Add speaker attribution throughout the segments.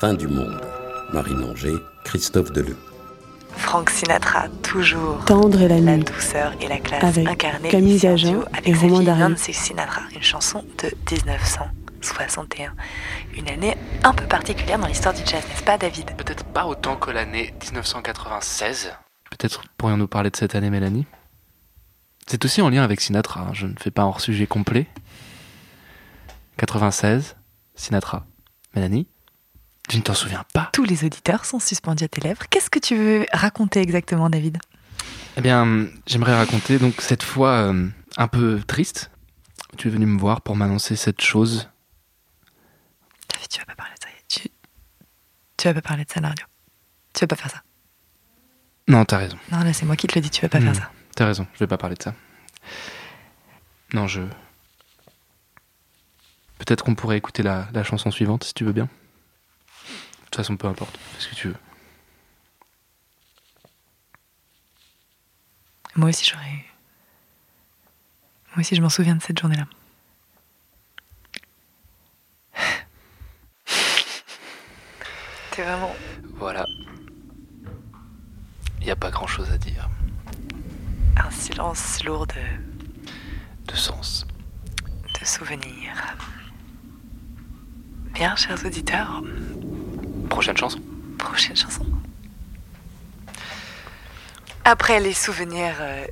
Speaker 1: Fin du monde. Marine Anger, Christophe Deleu.
Speaker 2: Frank Sinatra, toujours.
Speaker 3: Tendre et la
Speaker 2: La
Speaker 3: nuit.
Speaker 2: douceur et la classe
Speaker 3: Avec
Speaker 2: incarnée
Speaker 3: Camille
Speaker 2: ici en
Speaker 3: Gagin
Speaker 2: duo avec
Speaker 3: et
Speaker 2: sa
Speaker 3: Romain
Speaker 2: fille
Speaker 3: Darin.
Speaker 2: Nancy Sinatra, une chanson de 1961. Une année un peu particulière dans l'histoire du jazz, n'est-ce pas David
Speaker 4: Peut-être pas autant que l'année 1996. Peut-être pourrions-nous parler de cette année, Mélanie C'est aussi en lien avec Sinatra, hein, je ne fais pas un hors-sujet complet. 96, Sinatra. Mélanie Tu ne t'en souviens pas
Speaker 2: Tous les auditeurs sont suspendus à tes lèvres. Qu'est-ce que tu veux raconter exactement David
Speaker 4: Eh bien, euh, j'aimerais raconter donc cette fois euh, un peu triste. Tu es venu me voir pour m'annoncer cette chose.
Speaker 2: David, tu vas pas parler de ça. Tu, tu vas pas parler de ça à la radio. Tu vas pas faire ça.
Speaker 4: Non, t'as raison,
Speaker 2: Non, là, c'est moi qui te le dis, tu vas pas
Speaker 4: Hmm.
Speaker 2: faire ça.
Speaker 4: t'as raison, je vais pas parler de ça. Non, je. Peut-être qu'on pourrait écouter la, la chanson suivante si tu veux bien. De toute façon, peu importe, fais ce que tu veux.
Speaker 2: Moi aussi, j'aurais eu. Moi aussi, je m'en souviens de cette journée-là. T'es vraiment.
Speaker 4: Voilà. Il n'y a pas grand chose à dire.
Speaker 2: Un silence lourd de,
Speaker 4: De sens.
Speaker 2: de souvenirs. Bien, chers auditeurs,
Speaker 4: Prochaine chanson
Speaker 2: prochaine chanson. Après les souvenirs euh,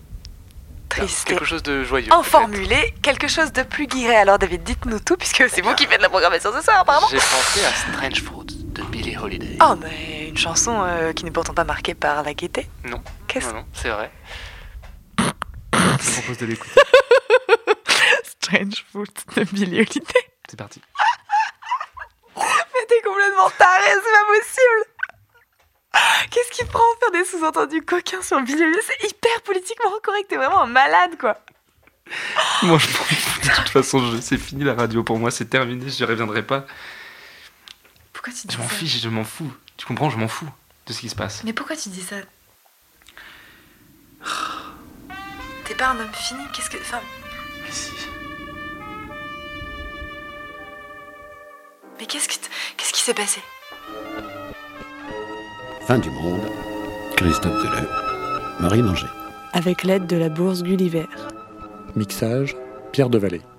Speaker 2: tristes et
Speaker 4: Ah, Quelque chose de joyeux.
Speaker 2: en
Speaker 4: peut-être.
Speaker 2: formulé, quelque chose de plus guiré. Alors, David, dites-nous tout, puisque c'est
Speaker 4: Ah.
Speaker 2: vous qui faites la programmation ce soir, apparemment.
Speaker 4: J'ai pensé à Strange Fruit de Billie Holiday.
Speaker 2: Oh, mais une chanson euh, qui n'est pourtant pas marquée par la gaieté.
Speaker 4: Non.
Speaker 2: Qu'est-ce
Speaker 4: Non, non, c'est vrai. Je te propose de l'écouter.
Speaker 2: Strange Fruit de Billy Holiday
Speaker 4: C'est parti.
Speaker 2: Mais t'es complètement taré, c'est pas possible Qu'est-ce qu'il prend faire des sous-entendus coquins sur Billy Holiday C'est hyper politiquement correct, t'es vraiment un malade, quoi
Speaker 4: Moi, je m'en fous. De toute façon, je- c'est fini la radio pour moi, c'est terminé, je n'y reviendrai pas.
Speaker 2: Pourquoi tu dis
Speaker 4: Je m'en
Speaker 2: ça
Speaker 4: fiche, je m'en fous. Tu comprends, je m'en fous de ce qui se passe.
Speaker 2: Mais pourquoi tu dis ça T'es pas un homme fini, qu'est-ce que... Enfin,
Speaker 4: Mais si.
Speaker 2: mais qu'est-ce, que t- qu'est-ce qui s'est passé
Speaker 1: Fin du monde. Christophe Deleu. Marine Anger.
Speaker 3: Avec l'aide de la bourse Gulliver.
Speaker 5: Mixage, Pierre Devalet.